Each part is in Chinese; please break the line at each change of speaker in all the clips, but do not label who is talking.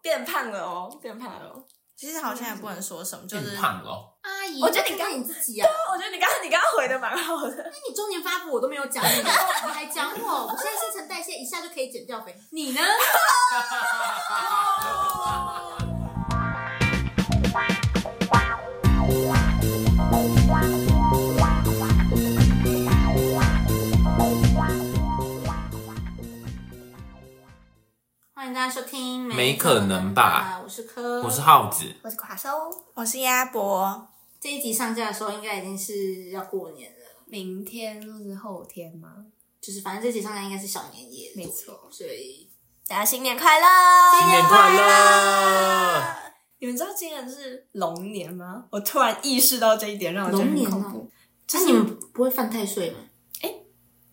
变胖了哦，变胖了哦。
其实好像也不能说什么，就是
变胖了哦，
阿姨，
我觉得你
看
刚
看你自己
哦
啊，
我觉得你刚刚你刚刚回的蛮好的，
那你中年发福我都没有讲你，你还讲我，我现在新陈代谢一下就可以减掉肥，你呢？ 欢迎大家收听，
没可能吧？
我是柯，
我是耗子，
我是垮收，
我是鸭脖，
这一集上架的时候，应该已经是要过年了。
明天或是后天吗？
就是反正这集上来应该是小年夜，
没错，
所以
大家新年快乐！
新年快乐！
你们知道今年是龙年吗？我突然意识到这一点，让我觉得
龙
很
年
恐
哦
怖。、
那、你们不会犯太岁吗？
啊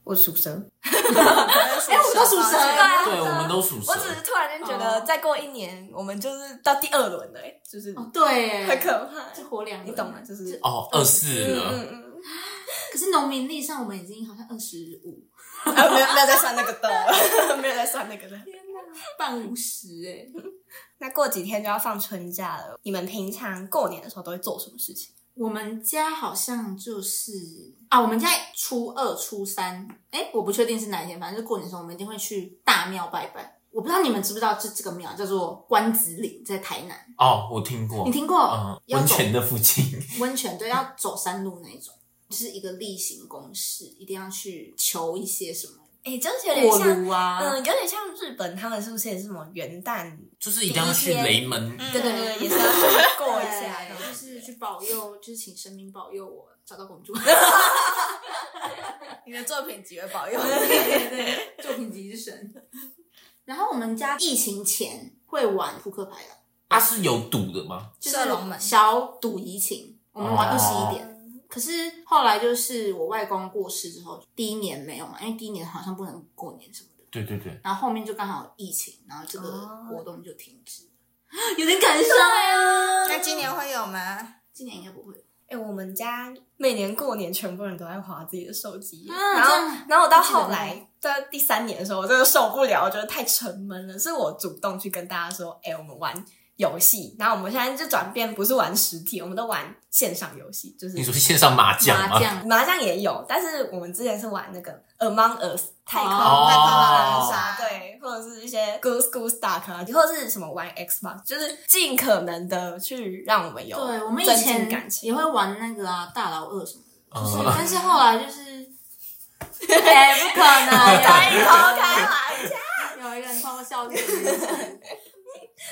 我属蛇，
哎
我都属蛇
对啊
对，我们都属蛇
我，
哦
只是突然间觉得，再过一年，我们就是到第二轮了、欸，就是
哦，对，
很可怕。
就活两，啊
你懂吗？？就是
哦，二四了，
嗯嗯，
可是农民历上我们已经好像二十五，
啊
没有没有在算那个
哦
的，没有在算那个的。
半五十哎。
那过几天就要放春假了。你们平常过年的时候都会做什么事情？
我们家好像就是啊，我们家初二、初三，哎，我不确定是哪一天，反正就过年的时候，我们一定会去大庙拜拜。我不知道你们知不知道，这这个庙叫做关子岭，在台南，
哦，我听过
你，听过？
嗯，
要
温
走
泉的附近，
温泉对，要走山路那一种，就是一个例行公事，一定要去求一些什么
哎、就是有点
过
像，
炉啊，
嗯，有点像日本，他们是不是也是什么元旦？
就是一定要去雷门，
对
对
也是要去
对
过一 下的。
就是去保佑，就是请神明保佑我找到 公主。
你的作品几位保佑？
对对， 作品集之神。然后我们家疫情前会玩扑克牌的，
它是有赌的吗？
就
射龙门
是小赌怡情，我们玩
哦
二十一点。可是后来就是我外公过世之后，第一年没有嘛，因为第一年好像不能过年什么的。
对对对，
然后后面就刚好疫情，然后这个
哦啊
活动就停止了， 有点感伤呀、
那今年会有吗？
今年应该不会。
哎、我们家每年过年，全部人都在划自己的手机，
啊
然
这
后
样，
然后我到
不记得
后来到第三年的时候，我真的受不了，我觉得太沉闷了，是我主动去跟大家说，哎、我们玩游戏，然后我们现在就转变，不是玩实体，我们都玩线上游戏，就是
你说线上麻将
麻
吗？
将
麻将也有，但是我们之前是玩那个 Among Us 太空
哦
太空狼人
啊
杀，，
对，或者是一些 Goose Goose Duck 啊，或者是什么玩 Xbox，就是尽可能的去让我们有
对，我们以
增进感
前
情。
也会玩那个啊，大老二什么的，就是，
嗯
但是后来 就是，哎、不可能，
开
有一
头开
啊
玩笑，
有一个人偷笑这个。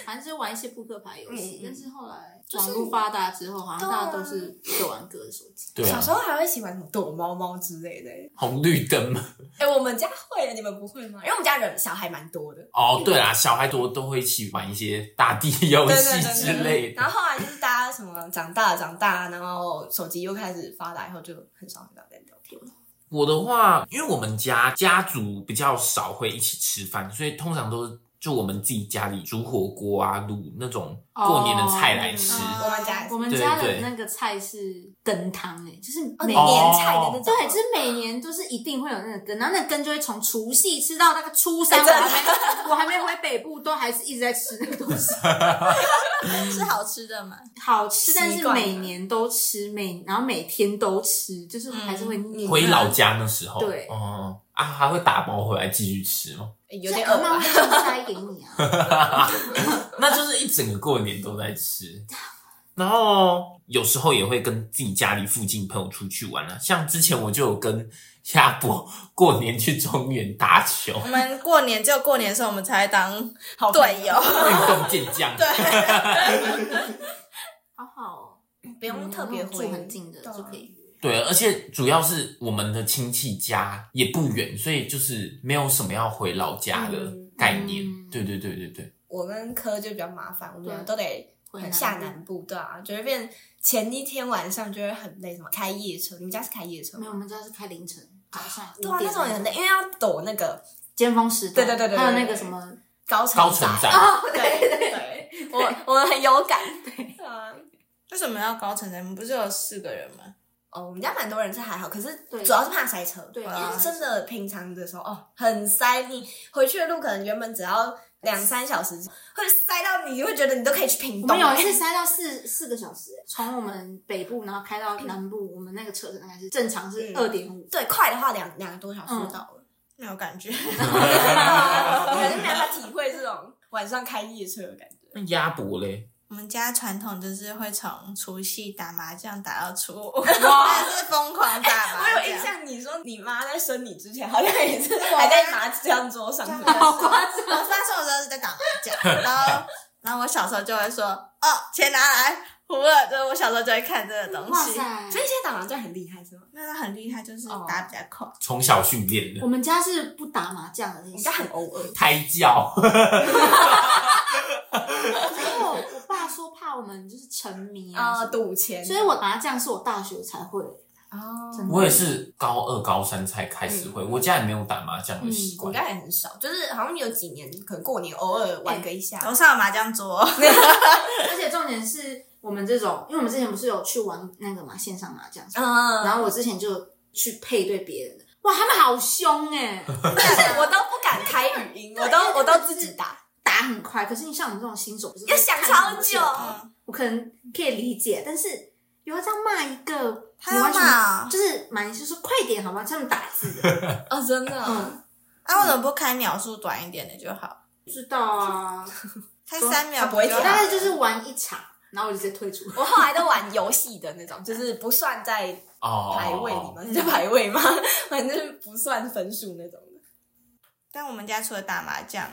反正就是玩一些扑克牌游戏，
嗯嗯
但是后来网络发达之后，好像大家都是
啊
各玩各的手 机。
对
小
啊
时，候还会喜欢什么躲猫猫之类的。
红绿灯嘛。
哎、我们家会，你们不会吗？因为我们家人小孩蛮多的。
哦，对啦，小孩多都会一起玩一些打地游戏之类
然
的。
后后来就是大家什么长大了长大了，然后手机又开始发达以后，就很少很少在聊天了。
我的话，因为我们家家族比较少会一起吃饭，所以通常都是就我们自己家里煮火锅啊，卤那种过年的菜来吃。
哦
我们家也是
我们
对
家的
对
那个菜是羹汤哎，就是每
哦
年菜的那种，
对，就是每年都是一定会有那个根，然后那个根就会从除夕吃到那个初三，我还没我还没回北部，都还是一直在吃那个东西，
是好吃的吗？
好吃，但
习
是
惯了
每年都吃，每然后每天都吃，就是还是会腻。
回老家那时候，
对
哦、啊，还会打包回来继续吃吗？
欸有
有点
点
饿
恶
妈
吧
会？塞给你啊，
那就是一整个过年都在吃。然后有时候也会跟自己家里附近朋友出去玩啊，像之前我就有跟夏博过年去中原打球，
我们过年只有过年的时候，我们才会当
好
队友。
运动健将。
对，
好好哦，
不用特别
住
回
很近的
对啊
就可以约。
对，而且主要是我们的亲戚家也不远，所以就是没有什么要回老家的概念。
嗯
对对对对对，
我跟柯就比较麻烦，我们俩
对
都得
回南
很下
部
南部，对啊，就会变前一天晚上就会很累，什么开夜车，你们家是开夜车
没有，
吗？
我们家是开凌晨，早上
对啊，那种很累，因为要躲那个
尖峰时段，
对对对对对
还有那个什么，
高层
高存在。
啊对对对，我我们很有感，对啊。
为什么要高层呢？我们不是有四个人吗？
哦，我们家蛮多人是还好，可是
对
主要是怕塞车。
对
因
怕
为
塞
真的平常的时候哦，很塞。你回去的路可能原本只要两三小时，会塞到你会觉得你都可以去屏
我
东
们
欸。
有一次塞到四四个小时，从我们北部然后开到南部，我们那个车程大概是正常是
嗯
二点五，
对快的话两两个多小时就到了，
没有感觉。
嗯 我还是没办法体会这种晚上开夜车的感觉。
那鸭脖嘞？
我们家传统就是会从除夕打麻将打到初五，但是疯狂打麻
我
将。
有印象，你说你妈在生你之前，好像也是还在麻将桌上。
好夸张！我发现我都是在打麻将，然后然后我小时候就会说，哦，钱拿来，胡二，就是我小时候就会看这个东
哇
西。
塞！
所以现在打麻将很厉害是吗？
那他很厉害，就是
哦
打比较快。
从小训练的
我们家是不打麻将的，
应该很偶尔。
胎教，
因为
哦
我我爸说怕我们就是沉迷啊
啊，，赌钱，
所以我麻将是我大学才会，
哦，
真的
我也是高二高三才开始会，我家也没有打麻将的习
我嗯
惯
应。该也很少，就是好像有几年，可能过年偶尔玩个一下。
楼上有麻将桌，
而且重点是我们这种，因为我们之前不是有去玩那个嘛线上麻将，
嗯，
然后我之前就去配对别人的，哇，他们好凶哎、
我都不敢开语音，我都我都自己打，
打很快。可是你像我们这种新手，不是
要想超久。
嗯，
我可能可以理解，但是有要这样骂一个，
他
你
要
完全
骂哦
就是满就说快点好吗？这样打字 的，
哦，真的
嗯，
那为什么不开秒数短一点的就好？
不知道啊，
开三秒
他不会
就
我
好
大概就是玩一场，然后我就直接退 出。
我后来都玩游戏的那种，就是不算在
哦，
排位里吗？是叫排位吗？ 反正不算分数那种的。
但我们家除了打麻将，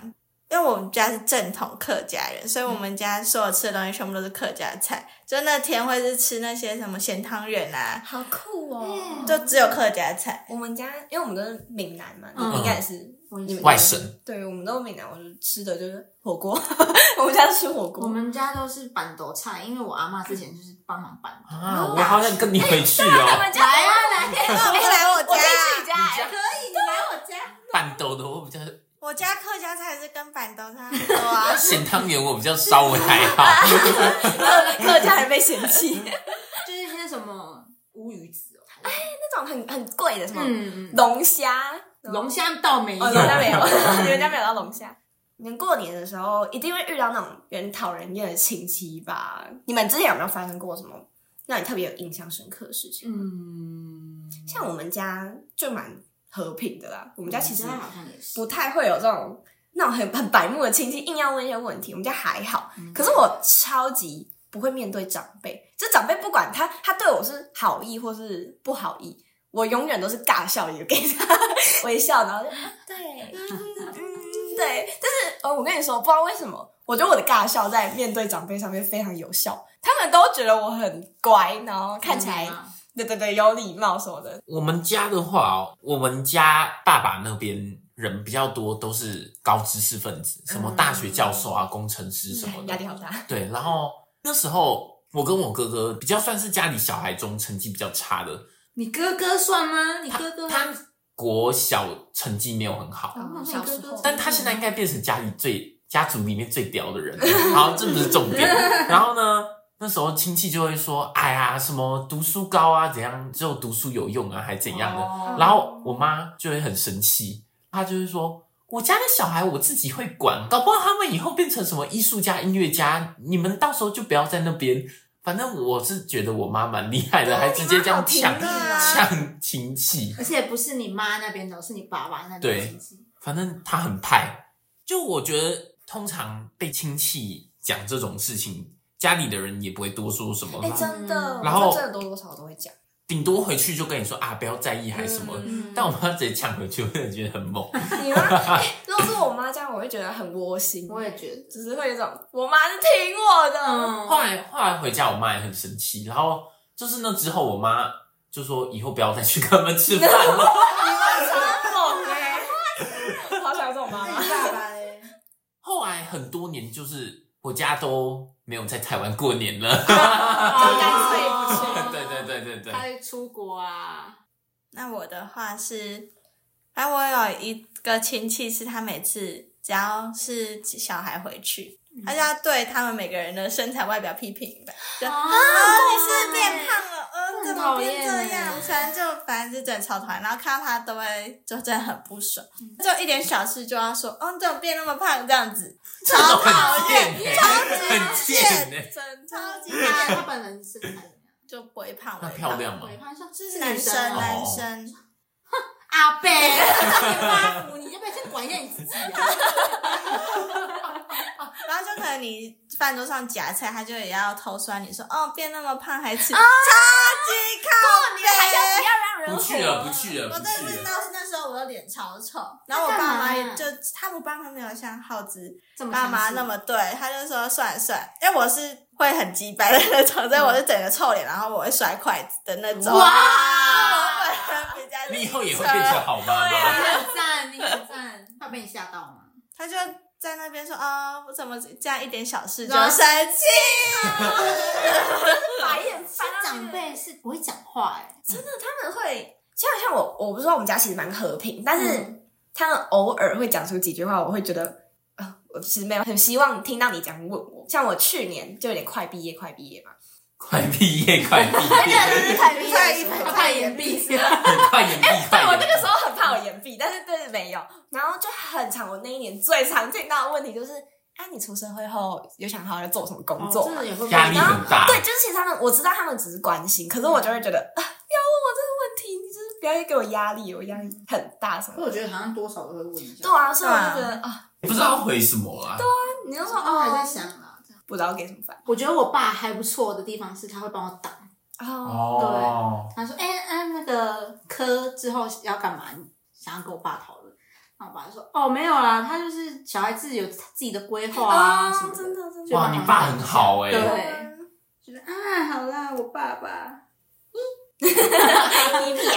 因为我们家是正统客家人，所以我们家所有吃的东西全部都是客家菜。就那天会是吃那些什么咸汤圆啊，
好酷哦！
就只有客家 菜。
我们家，因为我们都是闽南嘛，你
嗯
们应该也是。
我
你们
外省，
对，我们都是闽南，我就吃的就是火锅， 我们家吃火
我
锅。
们家都是板豆菜，因为我阿妈之前就是帮忙板。
啊，我好想跟你回 去哦。
来啊来啊，
为什哎么不来我
我可以去
家？
你家欸，
你来我家，
拌豆的我比较，。
我家客家菜是跟板豆差很多啊
咸汤圆我比较稍微还好。
客家人被嫌弃，
就是那些什么乌鱼子哦，
那种很很贵的什么
嗯，嗯
龙虾，
龙虾倒没有
哦，你们家没有， 你们家没有到龙虾。你们过年的时候一定会遇到那种人讨人厌的亲戚吧？你们之前有没有发生过什么让你特别有印象深刻的事情？
嗯，
像我们家就蛮和平的啦，我们家其实
我好像也是，
不太会有这种那种很很白目的亲戚硬要问一些问题，我们家还好。
嗯
可是我超级不会面对长辈，这长辈不管他他对我是好意或是不好意，我永远都是尬笑也给他微笑，然后就啊对，嗯嗯对。但是呃，我跟你说，不知道为什么，我觉得我的尬笑在面对长辈上面非常有效，他们都觉得我很乖，然后看起
嗯
嗯
来、对对对有礼貌什么的。
我们家的话哦，我们家爸爸那边人比较多，都是高知识分子，什么大学教授啊、工程师什么的
压。力好大，
对，然后那时候我跟我哥哥比较算是家里小孩中成绩比较差的，
你哥哥算吗？你哥哥
他国小成绩没有很好，
哦那你
小
哥
时
哥
候
但他现在应该变成家里最家族里面最屌的人了。好，这不是重点。然后呢，那时候亲戚就会说：“哎呀，什么读书高啊，怎样，只有读书有用啊，还怎样的。
哦
然后我妈就会很生气，她就是说。我家的小孩我自己会管，搞不好他们以后变成什么艺术家、音乐家，你们到时候就不要在那边。反正我是觉得我妈蛮厉害的，还直接这样抢
你妈好
啊
抢亲戚。
而且不是你妈那边的，是你爸爸那边的
对
亲戚。
反正他很派。就我觉得，通常被亲戚讲这种事情，家里的人也不会多说什么，
哎、真的，
嗯然后
我觉得真的多多少少都会讲。
顶多回去就跟你说啊，不要在意还是什么。
嗯
但我妈直接抢回去，我真的觉得很猛。
你妈、 哎如果是我妈这样，我会觉得很窝心。
我也觉得，
只是会有一种我妈是听我的，
嗯
后来
哦
后来回家，我妈也很生气。然后就是那之后，我妈就说以后不要再去跟他们吃饭了。
好猛哎、好想这种妈
那
妈。
你爸爸嘞？
后来很多年，就是我家都没有在台湾过年了。
就
哦
干
啊 对对对对对，
哎
他会出国啊，
那我的话是，反正我有一个亲戚，是他每次只要是小孩回去，
嗯
他就要对他们每个人的身材外表批评一番，就、
啊哦
啊，你是变胖了，嗯、
很
怎么
讨
变
厌
这
欸
样？反正就反正就真的超讨厌，然后看到他都会就真的很不爽，
嗯
就一点小事就要说，哦，你怎么变那么胖这样子，超
这种
讨
很
厌，
贱欸，很贱欸
真超级讨
他他
厌，
本人身材怎么样？
就不会胖
那
了。
漂亮吗
鬼？胖像是
是男生，
女啊
男
哦
生，
阿贝，八福，你要不要先管一下你自己啊？
然后就可能你饭桌上夹菜，他就也要偷酸你说，哦，变那么胖还吃，超级靠背。
不去了，不去了，
我
不
真
去
的知
了。
道是那时候我的脸超丑，然后我爸妈也就他们爸妈没有像浩子
怎么
爸妈那么对，他就说算了算了，因为我是会很鸡掰的那种，所以我是整个臭脸，然后我会甩筷子的那种。
嗯哇
我本人比较
你以后也会变成好妈
你
啊
妈。
很赞，你很赞，怕被你吓到吗？
他就在那边说啊、我怎么这样一点小事就
然后
生气？
白眼翻到
长辈是不会讲话哎，
他们会，像像我，我不是说我们家其实蛮和平，但
嗯
是他们偶尔会讲出几句话，我会觉得，呃，我其实没有很希望听到你这样问我。像我去年就有点快毕业，快毕业嘛，
快毕业，快 毕
啊
业，
快
毕业的时候
他怕眼闭是吧？
很快眼
哎
对
闭，快
我
眼
那个时候很怕我延毕，但是但是没有，然后就很长。我那一年最常听到的问题就是，啊，你出社会后有想好好做什么工作
哦真
吗？
的也会
闭压力很大。
对，就是其实他们我知道他们只是关心，可是我就会觉得，啊，不要问我这个问题，你就是不要给我压力，我压力很大什
可
么
我
的。
觉得好像多少都会问一下。
对，啊，所以我就觉得啊，
不知道回什么啊？
你就说
哦，
哦，
还在想啊。
不知道给什么饭
我觉得我爸还不错的地方是他会帮我挡。
哦，
哦，
他说：“哎、哎、那个科之后要干嘛？你想要跟我爸讨论。”然后我爸就说：“哦，没有啦，他就是小孩子有自己的规划啊、什么的。”
真的真
就
的，
哇，你爸很好哎、
对，就是啊，好啦，我爸爸。
一屁。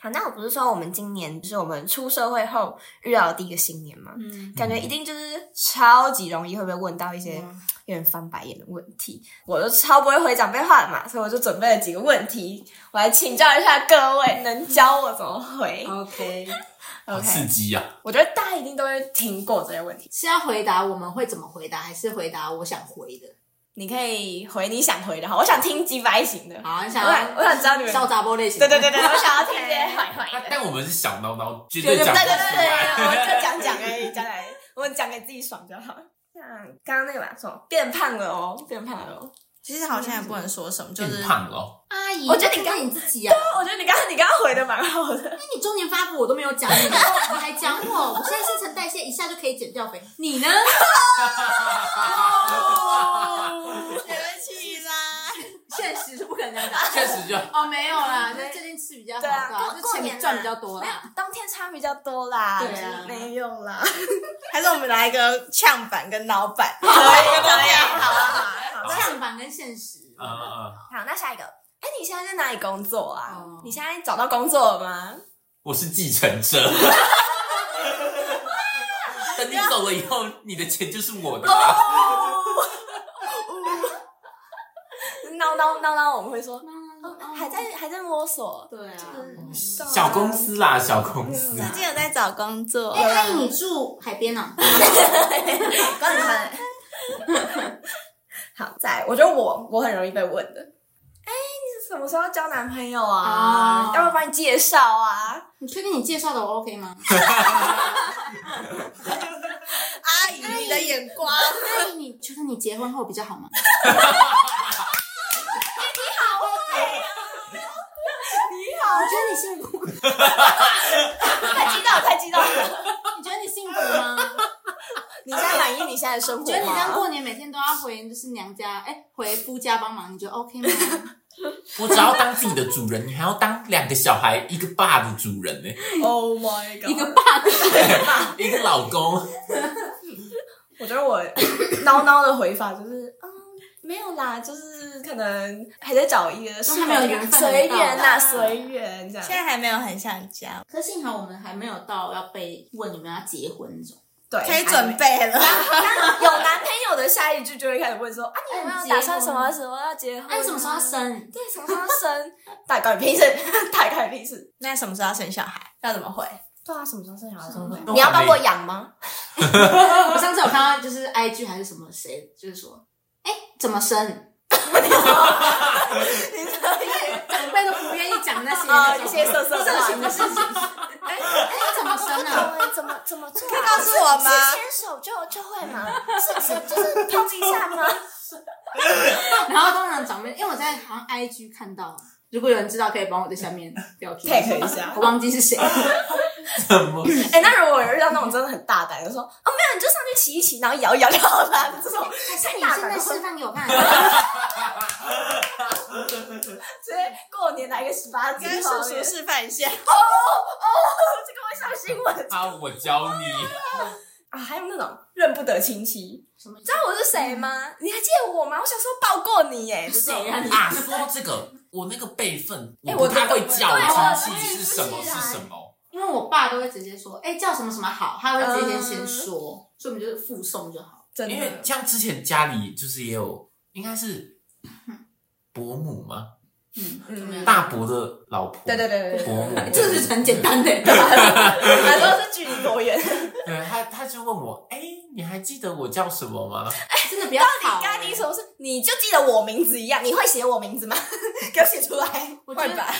好，那我不是说我们今年就是我们出社会后遇到的第一个新年吗？
嗯，
感觉一定就是超级容易会被问到一些有点翻白眼的问题。我就超不会回长辈话的嘛，所以我就准备了几个问题，我来请教一下各位，能教我怎么回
OK，
好刺
？OK，
激啊！
我觉得大家一定都会听过这些问题。
是要回答我们会怎么回答，还是回答我想回的？
你可以回你想回的哈，我想听几百型的。
好，你想
我想
要
我想知道你们
小杂波类型
对
的，
对对对，我想要听这些 坏坏的。
啊但我们是小孬孬，绝
对
对
对对
讲不
对
出
对，我
来。
就讲讲而已，讲讲而已，我们讲给自己爽就好。像刚刚那个吧，什么变胖了哦，变胖了哦。
其实好像也不能说什么，就
变
是
胖了哦，
阿姨，
我觉得你
看
刚
看你自己啊，
我觉得你刚刚你刚刚回的蛮好的，
那你中年发福我都没有讲你，你还讲我，我现在新陈代谢一下就可以减掉肥，你呢？
哦
对不起啦。
现实是不可能这样讲。
确实就 呃
哦，没有啦，那最近吃比较好，
对啊
吧
过
就
过
钱
年
比赚
啦
比较多啦。
当天差比较多啦，
对啊
没有啦，
还是我们来一个呛板跟老板，可以可以，好啊好啊。
好那
相反跟现实，
嗯嗯嗯，
好，那下一个，哎，你现在在哪里工作啊
哦？
你现在找到工作了吗？
我是继承者。等你走了以后，你的钱就是我 的啊。
哦闹闹闹闹，我们会说
哦
还在还在摸索，
对啊。
小公司啦，小公司。
啊
最近有在找工作，
哎，阿姨，你住海边啊呢？
刚才。好，在我觉得我我很容易被问的。哎，你什么时候交男朋友啊
哦？
要不要帮你介绍啊？
你确定你介绍的我 OK 吗？
阿姨你的眼光，
阿姨，你觉得你结婚后比较好吗？
你好，
哎你觉得你幸福？
太激动了，太激动了！
你觉得你幸福吗？
你现在满意你现在的生
你
活
觉得你这样
吗？
过年每天都要回就是娘家，哎，回夫家帮忙，你觉得 OK 吗？
我只要当自己的主人，你还要当两个小孩一个爸的主人呢、
Oh my god！
一个爸的
啊
一个老公。
我觉得我 孬孬的回法就是，嗯，没有啦，就是可能还在找一个适合的，
还没有缘分
随缘啦，
还没到
随缘这样
现。在还没有很想交，
可幸好我们还没有到要被问你们要结婚那种。
对，
可
还
以准备了。
有男朋友的下一句就会开始问说，啊，你有没有打算什么时候要结婚？啊
哎，你什么时候要？生？
对，什么时候生？大概屁事，大概屁事。
那什么时候要生小孩？要怎么回？
对啊，什么时候生小孩？
都
你要
还
帮
没
我养吗？
啊我上次有看到就是 IG 还是什么谁，就是说，哎、怎么生？长辈都不愿意讲哦那
啊，
些那
一
种
些色色
色
的话
情的事情。哎哎，怎么生啊？
哎怎么怎么做啊？
可以告诉我吗
是牵手就就会吗？是是就是碰一下吗？
然后通常长辈，因为我在好像 IG 看到，如果有人知道，可以帮我在下面标注
Tag 一下
我忘记是谁。
怎么？
哎、那如果有遇到那种真的很大胆的，就说哦没有，你就上去骑一骑，然后摇一摇就好了，这种
还是
太
你
大
哎现
胆
在
了。
示范给我看？
直接过年来个十八禁
跟
画
叔叔
面，
示范一下。
这个会上新闻
啊，我教你，
啊！还有那种认不得亲戚，
什么
知道我是谁吗？你还记得我吗？我小时候抱过你耶，这种
嗯谁啊你？
啊，说到这个，我那个辈分，
哎
不
我
太
真的
会
不会
叫
对啊
我
亲
我
戚是
也不
什么
起
是
来
什么，
因为我爸都会直接说，哎、叫什么什么好，他会直接先说，所以我们就是附送就好。
真
因为
的
像之前家里就是也有，应该是伯母吗？
嗯，
嗯
怎么样？
大伯的老婆，
对对对对对，
伯 母，
哎这是很简单的、
很多是距离多远，
对他，他就问我，哎、你还记得我叫什么吗？
真的不要哎
你
吵、
该你什么事？你就记得我名字一样，你会写我名字吗？ 给我写出来，
我觉
会
得
吧？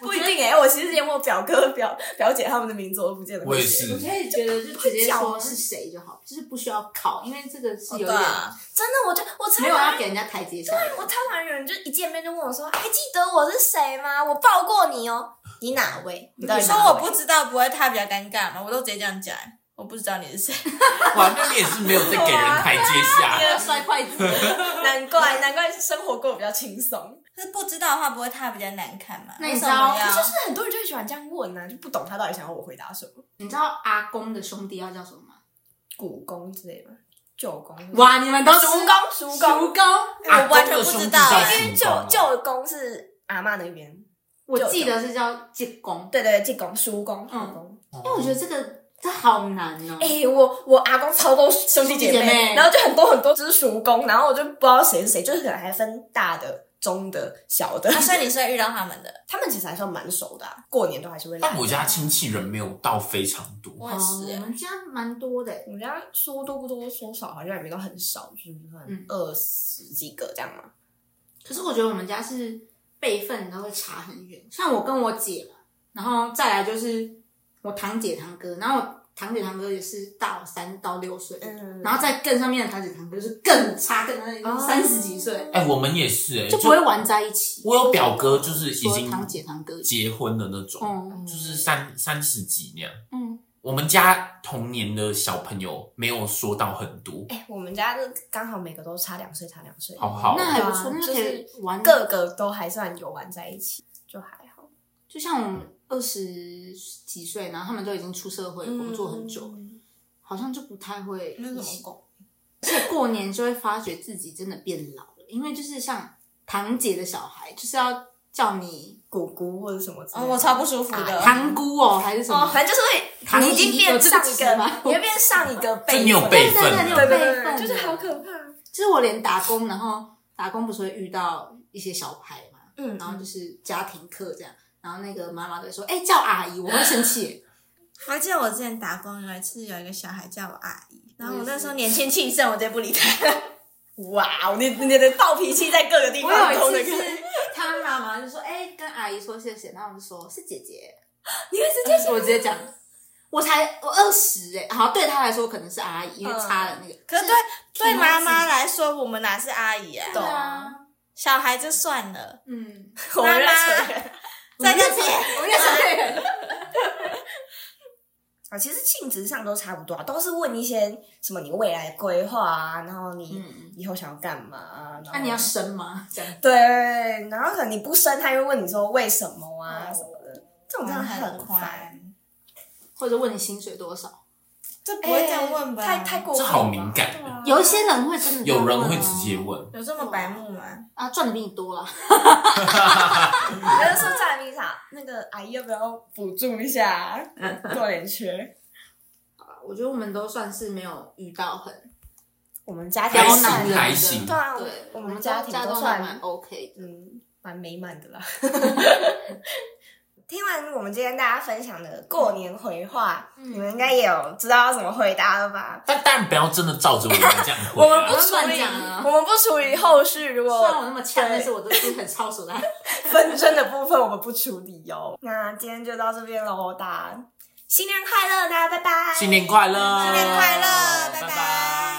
我
不
觉
一
得
定哎、我其实连我表哥表表姐他们的名字我都不见得
我
会
也
写。
是
我，可以觉得就直接说是谁就好，就是不需要考，因为这个是有
对
点、
啊，真的，我就我超
没有
讨
要
厌
给人家台阶下。
我超讨厌有人就一见面就问我说：“还记得我是谁吗？我抱过你哦，你哪位？你到
你
底
说
哪
我
位
不知道，不会他比较尴尬吗？我都直接这样讲，我不知道你是谁。
哇，那你也是没有在给人台阶下。
要摔筷子，
难怪难怪生活过得比较轻松。
可是不知道的话，不会他比较难看吗？
那你
为
知
什
道
么要？
就是很多人就会喜欢这样问呢、就不懂他到底想要我回答什么，
你知道阿公的兄弟要叫什么吗？
古公之类的吗，舅公之类的。
哇，你们都
叔公叔公
叔公，
阿
我完全
啊公的
不
兄
知
弟
道
叫
哎
因为
叔
舅
啊
公哦
舅公是阿嬷那边，
我记得是叫济公，
对对，舅公、叔公、叔
嗯
公。
因为我觉
哦
得这个这好难哦、
哎、我我阿公超多兄弟姐妹，
兄弟姐妹
然后就很多很多只叔公，然后我就不知道谁是谁，就是可能还分大的、中的、小的。
啊，所以你是会遇到他们的，
他们其实还算蛮熟的啊、过年都还是会来。
但我家亲戚人没有到非常多，
我也
哦，
是
我
欸。
们家蛮多的欸，
我们家说多不多，说少好像也没到很少，就是可能
嗯
二十几个这样嘛。
可是我觉得我们家是辈分都会差很远，像我跟我姐嘛，然后再来就是我堂姐堂哥，然后我堂姐堂哥也是大我三到六岁，
嗯
然后再更上面的堂姐堂哥就是更差更差，三十几
哦
岁
哎、我们也是、哎，
就不会玩在一起。
我有表哥，就是已
说
经
堂姐堂哥，
结婚的那种，
嗯
就是三三十几那样。
嗯，
我们家同年的小朋友没有说到很多，
哎、我们家就刚好每个都差两岁，差两岁，
好不好？
那还不错，
哇
那可以玩个，
啊各个都还算有玩在一起，就还好。
就像我们二十几岁，然后他们都已经出社会
嗯
工作很久了，好像就不太会
那
嗯
怎
一
么
起
共？
而且过年就会发觉自己真的变老了，因为就是像堂姐的小孩，就是要叫你
姑姑或者什么之类
哦，
的
我超不舒服
啊
的。
堂姑哦，还是什
哦，
么？
反正就是会，你已经变上
有
一
这个词
个
吗，
你会变上一个辈
这
分，
你有辈
对
分
对对，有
对对
辈
对
分，
对，就是好。可怕。啊
就是我连打工，然后打工不是会遇到一些小牌嘛，
嗯，
然后就是家庭课这样，然后那个妈妈就说：“哎、叫阿姨，我会生气耶。
我还记得我之前打工，有一次有一个小孩叫我阿姨，然后我
我也
那
是
时候年轻气盛，我直接不理他。
哇哦，你你的 暴脾气在各个地”
我
方都
有
能
一次
看，
是他妈妈就说：“哎、跟阿姨说谢谢。”然后我就说：“是姐姐。”
你会直接
我直接讲，我才我二十哎，好对他来说可能是阿姨，因为差了那个。
可是对对妈妈来说，我们哪是阿姨啊？
对
懂
啊，
小孩就算了，
嗯，
我们
妈
在
妈
扯远
在那边
我们认识
啊，其实性质上都差不多啊，都是问一些什么你未来的规划啊，然后你
嗯，
以后想要干嘛啊，然
那你要
后
生吗？这样，
对，然后可能你不生，他又问你说为什么啊、
哦
什么的，这种真的很烦，，
或者问你薪水多少？
这不会这样问吧？
哎太太过分
这
了吧，
好敏感
对啊
有一些人会真的这样
有
问啊，
人会直接问，
有这么白目吗？
啊，赚的比你多啦。
有人说在米莎那个阿姨要不要补助一下 啊过年缺？
我觉得我们都算是没有遇到很
我们家庭
刁
还行
难
算
人
还
的，
行
对啊
对，
我
我
们
们
家
都
庭
家
都
都还
算
蛮 OK 的。
嗯蛮美满的啦。 听完我们今天大家分享的过年回话，
嗯
你们应该也有知道要怎么回答了吧？
但当然不要真的照着我们这样回、啊。
我们不
们
处
乱
理
讲啊，
我们不处理后续，如
虽然我
果
那么呛，
对
但是我都是很操守的。
纷争的部分我们不处理哦。那今天就到这边喽，大家新年快乐，大家拜拜，
新年快乐，
新年快乐拜
拜
拜